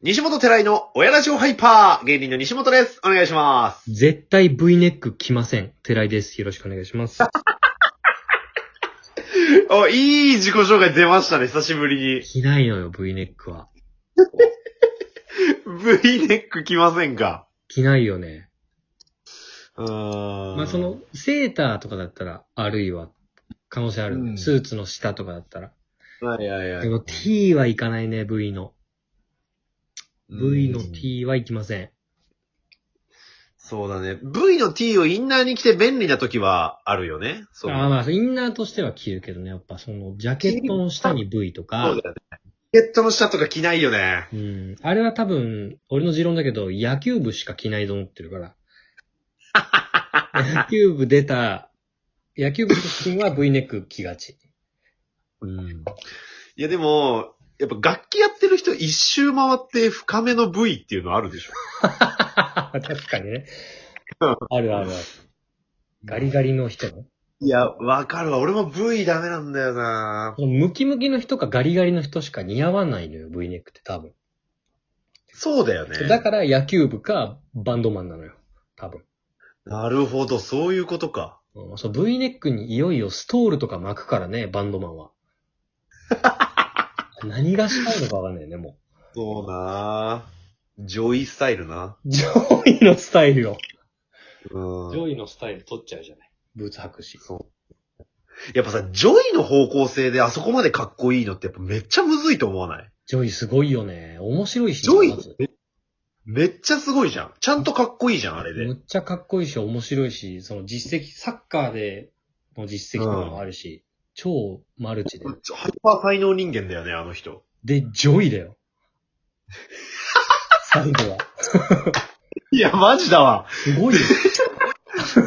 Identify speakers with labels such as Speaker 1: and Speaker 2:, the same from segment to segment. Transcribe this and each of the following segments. Speaker 1: 西本寺井の親ラジオハイパー、芸人の西本です。お願いします。
Speaker 2: 絶対 V ネック来ません。寺井です。よろしくお願い します。
Speaker 1: お、いい自己紹介出ましたね、久しぶり
Speaker 2: 着ないのよ、V ネックは。
Speaker 1: に。V ネック来ませんか
Speaker 2: 着ないよね。
Speaker 1: うーん。
Speaker 2: まあ、その、、セーターとかだったら、あるいは、可能性ある、
Speaker 1: うん
Speaker 2: スーツの下とかだったら。
Speaker 1: はいはいは
Speaker 2: で
Speaker 1: い。
Speaker 2: も T はいかないね、V の。V の
Speaker 1: うん
Speaker 2: T はいきません。
Speaker 1: そうだね。V の T をインナーに着て便利な時はあるよね。そう。
Speaker 2: ああまあ、インナーとしては着るけどね、やっぱその、ジャケットの下に V と
Speaker 1: そ
Speaker 2: か
Speaker 1: う、だよね。ジャケットの下とか着ないよね。
Speaker 2: うん。あれは多分、俺の持論だけど、野球部しか着ないと思ってるから。野球部出た、野球部出身は V ネック着がち。
Speaker 1: うん。いやでも、やっぱ楽器やってる人一周回って深めの V っていうのあるでしょ。
Speaker 2: 確かにね。あるあるある。ガリガリの人ね。
Speaker 1: いや、わかるわ。俺も V ダメなんだよな
Speaker 2: このムキムキの人かガリガリの人しか似合わないのよ、V ネックって多分。
Speaker 1: そうだよね。
Speaker 2: だから野球部かバンドマンなのよ。多分。
Speaker 1: なるほど、そういうことか。
Speaker 2: うんそう、V ネックにいよいよストールとか巻くからね、バンドマンは。何がしたいのかわかんないよね、もう。
Speaker 1: そうなぁ。ジョイスタイルな。
Speaker 2: ジョイのスタイルを。
Speaker 1: うん。
Speaker 2: イのスタイル取っちゃうじゃない。ブーツ履くし。
Speaker 1: やっぱさ、ジョイの方向性であそこまでかっこいいのってやっぱめっちゃむずいと思わない
Speaker 2: ジョイすごいよね。面白いし、
Speaker 1: ジョイ
Speaker 2: まず
Speaker 1: めっちゃすごいじゃん。ちゃんとかっこいいじゃん、あれ
Speaker 2: む
Speaker 1: で。
Speaker 2: っちゃかっこいいし、面白いし、その実績、サッカーでの実績とかもあるし、超マルチで。
Speaker 1: ハイパー才能人間だよね、あの人。
Speaker 2: で、ジョイ だよ。最後は。
Speaker 1: いや、マジだわ。
Speaker 2: すごいよ。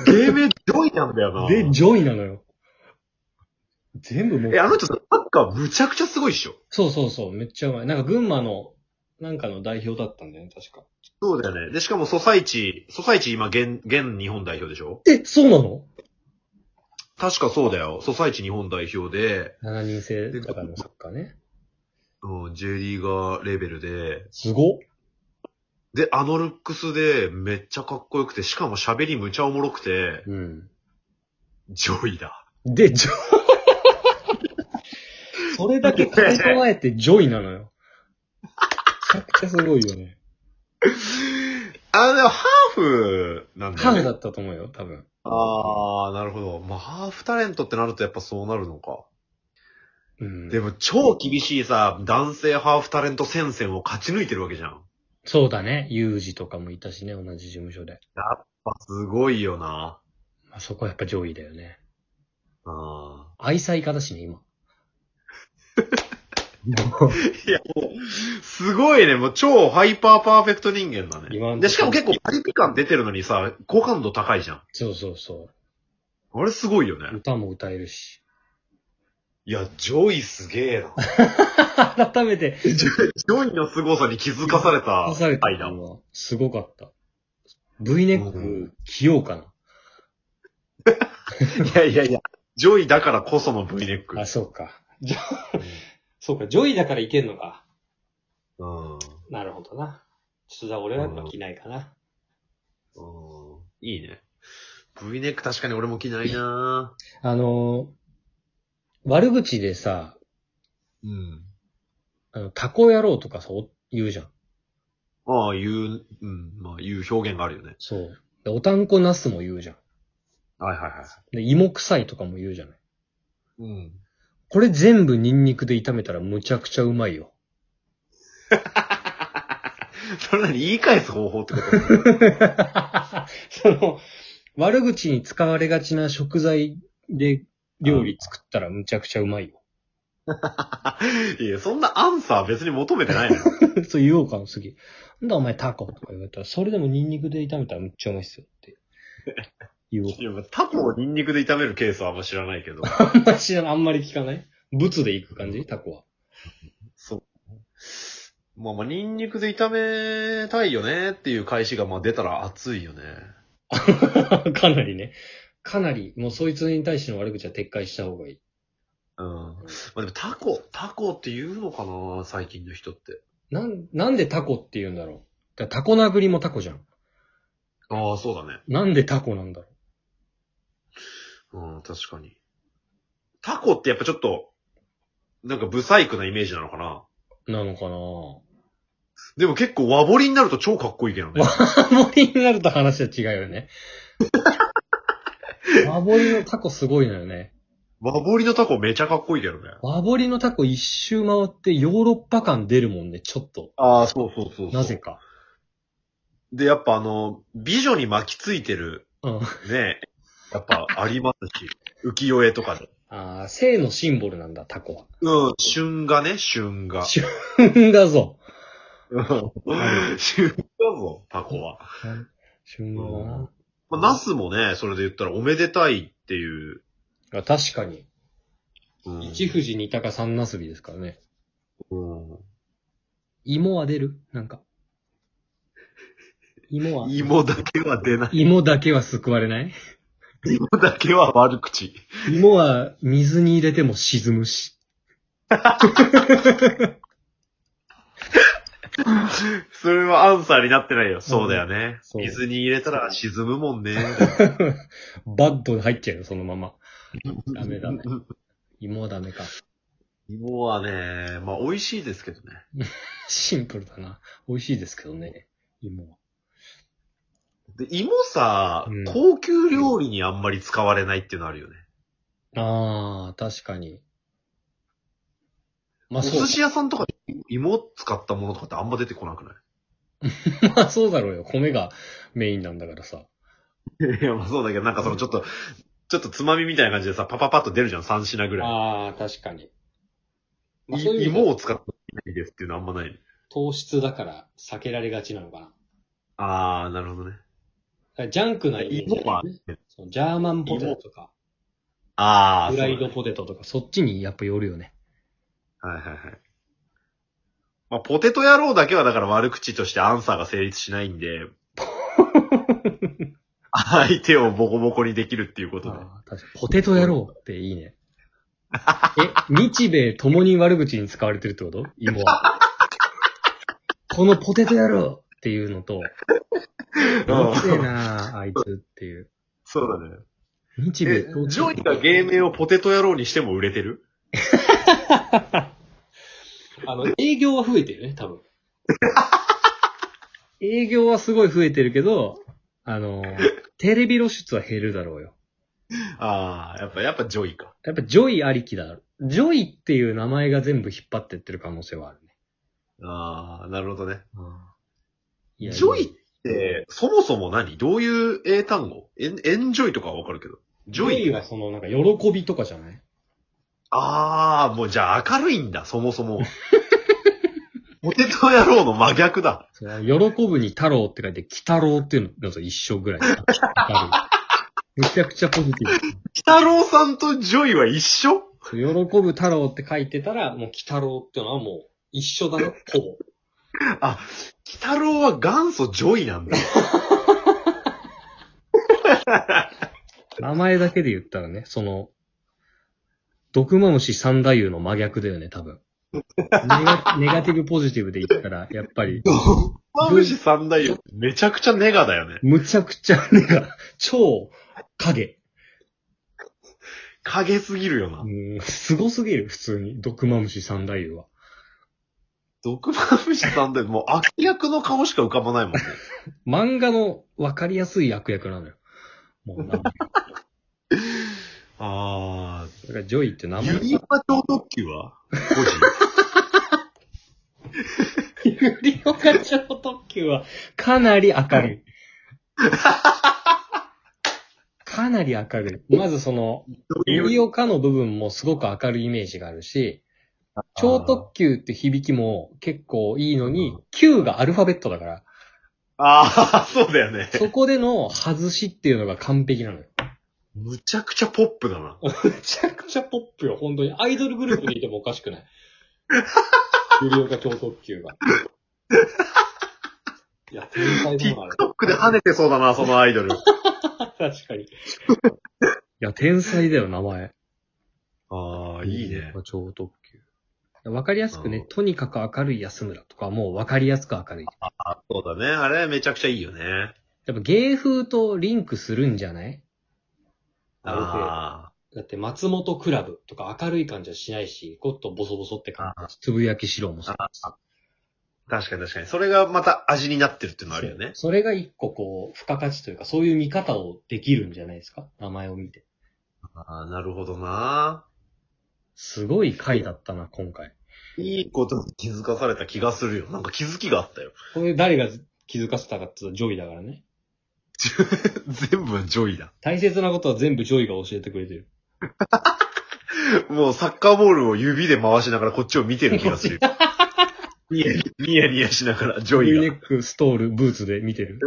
Speaker 1: 芸名ジョイなんだよな。
Speaker 2: で、ジョイなのよ。全部もう
Speaker 1: え、。あの人さ、サッカーむちゃくちゃすごいっしょ。
Speaker 2: そうそうそう、めっちゃうまい。なんか群馬の、なんかの代表だったんだよね、確か。
Speaker 1: そうだよね。で、しかも、ソサイチ、ソサイチ今、現、現日本代表でしょ
Speaker 2: え、そうなの
Speaker 1: 確かそうだよ。ソサイチ日本代表で、
Speaker 2: ?7 人制とかのサッカーね。
Speaker 1: うん、J リーガーレベルで、
Speaker 2: すごっ
Speaker 1: で、あのルックスで、めっちゃかっこよくて、しかも喋りむちゃおもろくて、
Speaker 2: うん。
Speaker 1: ジョイだ。
Speaker 2: で、ジョイ。 それだけ買い加えてジョイなのよ。めちゃくちゃすごいよね。
Speaker 1: あ、でも、ハーフなんだ
Speaker 2: ハ
Speaker 1: よ
Speaker 2: ー
Speaker 1: ね。
Speaker 2: フだったと思うよ、多分。
Speaker 1: あー、なるほど。まあ、ハーフタレントってなるとやっぱそうなるのか。
Speaker 2: うん。
Speaker 1: でも、超厳しいさ、男性ハーフタレント戦線を勝ち抜いてるわけじゃん。やっ
Speaker 2: そうだね。ユージとかもいたしね、同じ事務所で。
Speaker 1: ぱすごいよな。
Speaker 2: まあ、そこはやっぱ上位だよね。
Speaker 1: あ
Speaker 2: 愛妻家だしね、今。
Speaker 1: ーすごいね。もう超ハイパーパーフェクト人間だ
Speaker 2: 今
Speaker 1: ね。
Speaker 2: の
Speaker 1: で、しかも結構パリピ感出てるのにさ、好感度高いじゃん。
Speaker 2: そうそうそ
Speaker 1: あれすごいよ
Speaker 2: う。
Speaker 1: ね。
Speaker 2: 歌も歌えるし。
Speaker 1: いや、ジョイすげえな。
Speaker 2: 改めて、
Speaker 1: ジョイの凄さに気づかされた
Speaker 2: 刺された
Speaker 1: 回だ
Speaker 2: のは、すごかった。V ネック着ようか
Speaker 1: いやいやいや、ジョイだからこその V ネック
Speaker 2: な。あ、。そうか。ジョそうか、ジョイだからいけんのか。
Speaker 1: うん。うん
Speaker 2: なるほどな。ちょっとじゃあ俺はやっぱ着ないかな。
Speaker 1: いいね。V ネック確かに俺も着ないな
Speaker 2: あのー悪口でさ、
Speaker 1: うん。
Speaker 2: あの、タコ野郎とかさ、お言うじゃん。
Speaker 1: ああ、言う、うん、まあ言う表現があるよね。
Speaker 2: そう。でおたんこなすも言うじゃん。
Speaker 1: はいはいは
Speaker 2: で、芋臭いとかも言うじゃない。
Speaker 1: い。うん。
Speaker 2: これ全部ニンニクで炒めたらむちゃくちゃうまいよ。
Speaker 1: それなに言い返す方法ってこと
Speaker 2: その、悪口に使われがちな食材で料理作ったらむちゃくちゃうまいよ。
Speaker 1: いや、そんなアンサー別に求めてないのよ。
Speaker 2: そう言おうかな、次。なんだお前タコとか言われたら、それでもニンニクで炒めたらむっちゃうまいっすよ って。言おう
Speaker 1: いやまあタコをニンニクで炒めるケースはあんま知らないけど。
Speaker 2: 私あんまり聞かないブツで行く感じタコは。
Speaker 1: そう。まあまあ、ニンニクで炒めたいよねっていう返しがまあ出たら熱いよね。
Speaker 2: かなりね。かなり、もうそいつに対しての悪口は撤回した方がいい。
Speaker 1: うん。まあでもタコ、タコって言うのかな最近の人って。
Speaker 2: なん、なんでタコって言うんだろう。だからタコ殴りもタコじゃん。
Speaker 1: ああ、そうだね。
Speaker 2: なんでタコなんだろ
Speaker 1: うん、確かに。タコってやっぱちょっと、なんかブサイクなイメージなのかな。
Speaker 2: う。なのかな
Speaker 1: でも結構和彫りになると超かっこいいけ どね。
Speaker 2: ぁ。森になると話は違うよ ね。和彫りのタコすごいのよね。
Speaker 1: 和彫りのタコめちゃかっこいいけどね。
Speaker 2: 和彫りのタコ一周回ってヨーロッパ感出るもんね、ちょっと。
Speaker 1: ああ、そうそうそう
Speaker 2: なぜか。
Speaker 1: で、やっぱあの、美女に巻きついてる、
Speaker 2: うん。
Speaker 1: ね、やっぱありますし、浮世絵とかで。
Speaker 2: ああ、性のシンボルなんだ、タコは。
Speaker 1: うん、旬がね、旬が。
Speaker 2: 旬 だぞ。
Speaker 1: うん旬だぞ、タコは。
Speaker 2: 旬だな。
Speaker 1: まあ、ナスもね、それで言ったらおめでたいっていう。
Speaker 2: あ確かに。
Speaker 1: うん
Speaker 2: 一富士二鷹三なすびですからね。
Speaker 1: うん
Speaker 2: 芋は出るなんか。 芋は。
Speaker 1: 芋だけは出 ない。
Speaker 2: 芋だけは救われない
Speaker 1: 芋だけは悪口。
Speaker 2: 芋は水に入れても沈むし。
Speaker 1: それはアンサーになってないよ。そうだよね。
Speaker 2: そう
Speaker 1: 水に入れたら沈むもんね。
Speaker 2: バッドに入っちゃうよ、そのまま。 ダメダメ。芋はダメか。
Speaker 1: 芋はね、まあ美味しいですけどね。
Speaker 2: シンプルだな。美味しいですけどね。芋は。
Speaker 1: で、芋さ、
Speaker 2: うん
Speaker 1: 高級料理にあんまり使われないっていうのあるよね。
Speaker 2: ああ、確かに。まあ
Speaker 1: お
Speaker 2: そ
Speaker 1: 寿。
Speaker 2: う
Speaker 1: 司屋さんとかで芋使ったものとかってあんま出てこなくな
Speaker 2: まあそうだろうよ。米がメインなんだからさ。
Speaker 1: いいや、まあそうだけど、なんかそのちょっと、ちょっとつまみみたいな感じでさ、パパパッと出るじゃん、3品ぐらい。
Speaker 2: ああ、確かに。まあそういう
Speaker 1: い
Speaker 2: 意味で
Speaker 1: 芋を使ったないですっていうのはあんまない。
Speaker 2: 糖質だから避けられがちなのかな。
Speaker 1: あー、なるほどね。
Speaker 2: ジャンクなイメージ
Speaker 1: 芋は
Speaker 2: だよね、そうジャーマンポテトとか、
Speaker 1: あー、
Speaker 2: フライ
Speaker 1: そうだ
Speaker 2: ド
Speaker 1: ね
Speaker 2: ポテトとか、そっちにやっぱ寄るよね。
Speaker 1: はいはいはい。まあ、ポテト野郎だけはだから悪口としてアンサーが成立しないんで、 相手をボコボコにできるっていうことで。
Speaker 2: ああ確かにポテト野郎っていい ね。え、日米共に悪口に使われてるってこと 芋は。このポテト野郎っていうのと、うるせえなああいつっていう。
Speaker 1: そうだね。
Speaker 2: 日米
Speaker 1: え、
Speaker 2: 共通
Speaker 1: ジョイが芸名をポテト野郎にしても売れてる
Speaker 2: あの、営業は増えてるね、多分。 営業はすごい増えてるけど、あの、テレビ露出は減るだろうよ。
Speaker 1: ああ、やっぱ、やっぱジョイか。
Speaker 2: やっぱジョイありきだ。ジョイっていう名前が全部引っ張ってってる可能性はあるね。
Speaker 1: ああ、なるほどね。
Speaker 2: いや
Speaker 1: ジョイで、そもそも何どういう英単語エンエンジョイとかはわかるけど。
Speaker 2: ジ
Speaker 1: ジ
Speaker 2: ョ
Speaker 1: ョイ
Speaker 2: イはそのなんか喜びとかじゃない
Speaker 1: ああ、もうじゃあ明るいんだ、そもそ も。ポテト野郎の真逆だ。
Speaker 2: その喜ぶに太郎って書いて、鬼太郎っていうのと一緒 ぐらい。明るいむちゃくちゃポジティ
Speaker 1: 北郎さんとジョイは一緒
Speaker 2: ブ。喜ぶ太郎って書いてたら、もう鬼太郎っていうのはもう一緒だよ、ほぼ。
Speaker 1: あ、北郎は元祖ジョイなんだ。
Speaker 2: 名前だけで言ったらね、その、毒マムシ三太夫の真逆だよね、多分。ネ ガネガティブポジティブで言ったら、やっぱり、
Speaker 1: マムシ三大よ。めちゃくちゃネガだよね。
Speaker 2: むちゃくちゃ、なんか、超影。
Speaker 1: 影すぎるよな
Speaker 2: う。ん、凄すぎる、普通に。毒マムシ三太夫は。
Speaker 1: 毒マムシ三大もう悪役の顔しか浮かばないもんね。
Speaker 2: 漫画の分かりやすい悪役なのよ。もう、なんか、だか
Speaker 1: あ
Speaker 2: らジョイって名
Speaker 1: あ、
Speaker 2: 前
Speaker 1: ユ。ニバ超特急は5時。
Speaker 2: ゆりおか超特急は、かなり明 るい。かなり明るい。まずその、ゆりおかの部分もすごく明るいイメージがあるし、超特急って響きも結構いいのに、Q がアルファベットだから、
Speaker 1: ああ、そうだよね。
Speaker 2: そこでの外しっていうのが完璧なのよ。
Speaker 1: むちゃくちゃポップだ な。
Speaker 2: めちゃくちゃポップよ、本当に。アイドルグループでいてもおかしくない。ゆりおか超特急 が。いや、天才だな、あれ
Speaker 1: TikTok で跳ねてそうだ な、そのアイドル。
Speaker 2: 確かに。いや、天才だよ、名前。
Speaker 1: ああ、いいね。
Speaker 2: 超特急。わかりやすく
Speaker 1: う
Speaker 2: ね
Speaker 1: ん、
Speaker 2: とにかく明るい安村とかはもうわかりやすく明るい。
Speaker 1: あ、そうだね。あれめちゃくちゃいいよね。
Speaker 2: やっぱ芸風とリンクするんじゃない
Speaker 1: あ
Speaker 2: だって松本クラブとか明るい感じはしないし、ゴッとボソボソって感じ。つぶやきしろもそうです
Speaker 1: あ。確かに確かに。それがまた味になってるっていうのあるよね。
Speaker 2: それが一個こう、付加価値というか、そういう見方をできるんじゃないですか名前を見て。
Speaker 1: ああ、なるほどな。
Speaker 2: すごい回だったな、今回。
Speaker 1: いいことに気づかされた気がするよ。なんか気づきがあった よ。
Speaker 2: これ誰が気づかせたかって言うとジョイだからね。
Speaker 1: 全部ジョイだ。
Speaker 2: 大切なことは全部ジョイが教えてくれてる。
Speaker 1: もうサッカーボールを指で回しながらこっちを見てる気がす るよ。ニヤニヤニヤしながらジョイが。
Speaker 2: ネック、ストール、ブーツで見てる。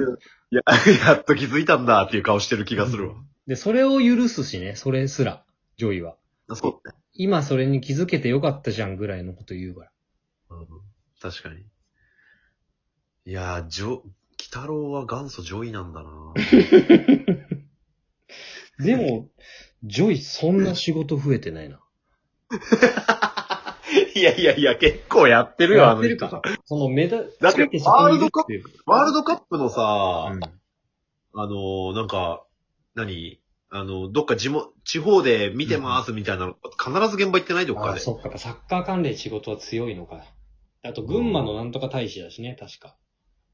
Speaker 1: いや、やっと気づいたんだっていう顔してる気がするわ。
Speaker 2: で、それを許すしね、それすら、ジョイは。
Speaker 1: そうね、
Speaker 2: 今それに気づけてよかったじゃんぐらいのこと言うから。
Speaker 1: うん。確かに。いやー、ジョ、北郎は元祖ジョイなんだな
Speaker 2: でも、ジョイそんな仕事増えてないな。
Speaker 1: いやいやいや、結構やってるよ、
Speaker 2: や
Speaker 1: あ
Speaker 2: っ
Speaker 1: の
Speaker 2: てる
Speaker 1: 人。
Speaker 2: か。その目立
Speaker 1: だって
Speaker 2: ていう
Speaker 1: ワールドカップのさ、
Speaker 2: うん
Speaker 1: あのー、なんか、何あの、どっか地も地方で見てますみたいなの、必ず現場行ってないどっ
Speaker 2: あ
Speaker 1: か
Speaker 2: あ、
Speaker 1: で。
Speaker 2: そっか、やっぱサッカー関連仕事は強いのか。あと、群馬のなんとか大使だしね、確か。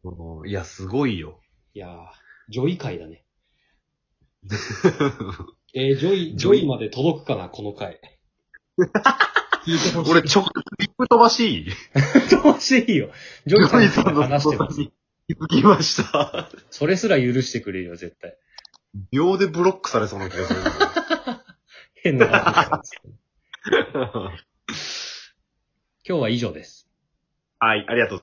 Speaker 1: うんいや、すごい よ。
Speaker 2: いやー、ジョイ会だね。えー、ジョイ、ジョイまで届くかな、この回。聞いてほしい。
Speaker 1: 俺、直、リップ飛ばしい。
Speaker 2: ょっとしいよ。ジョイさんと話 してます。
Speaker 1: 気づきました。
Speaker 2: それすら許してくれるよ、絶対。
Speaker 1: 秒でブロックされそうな気がする。
Speaker 2: 変な話なんですけ ど今日は以上です。
Speaker 1: はい、ありがとう。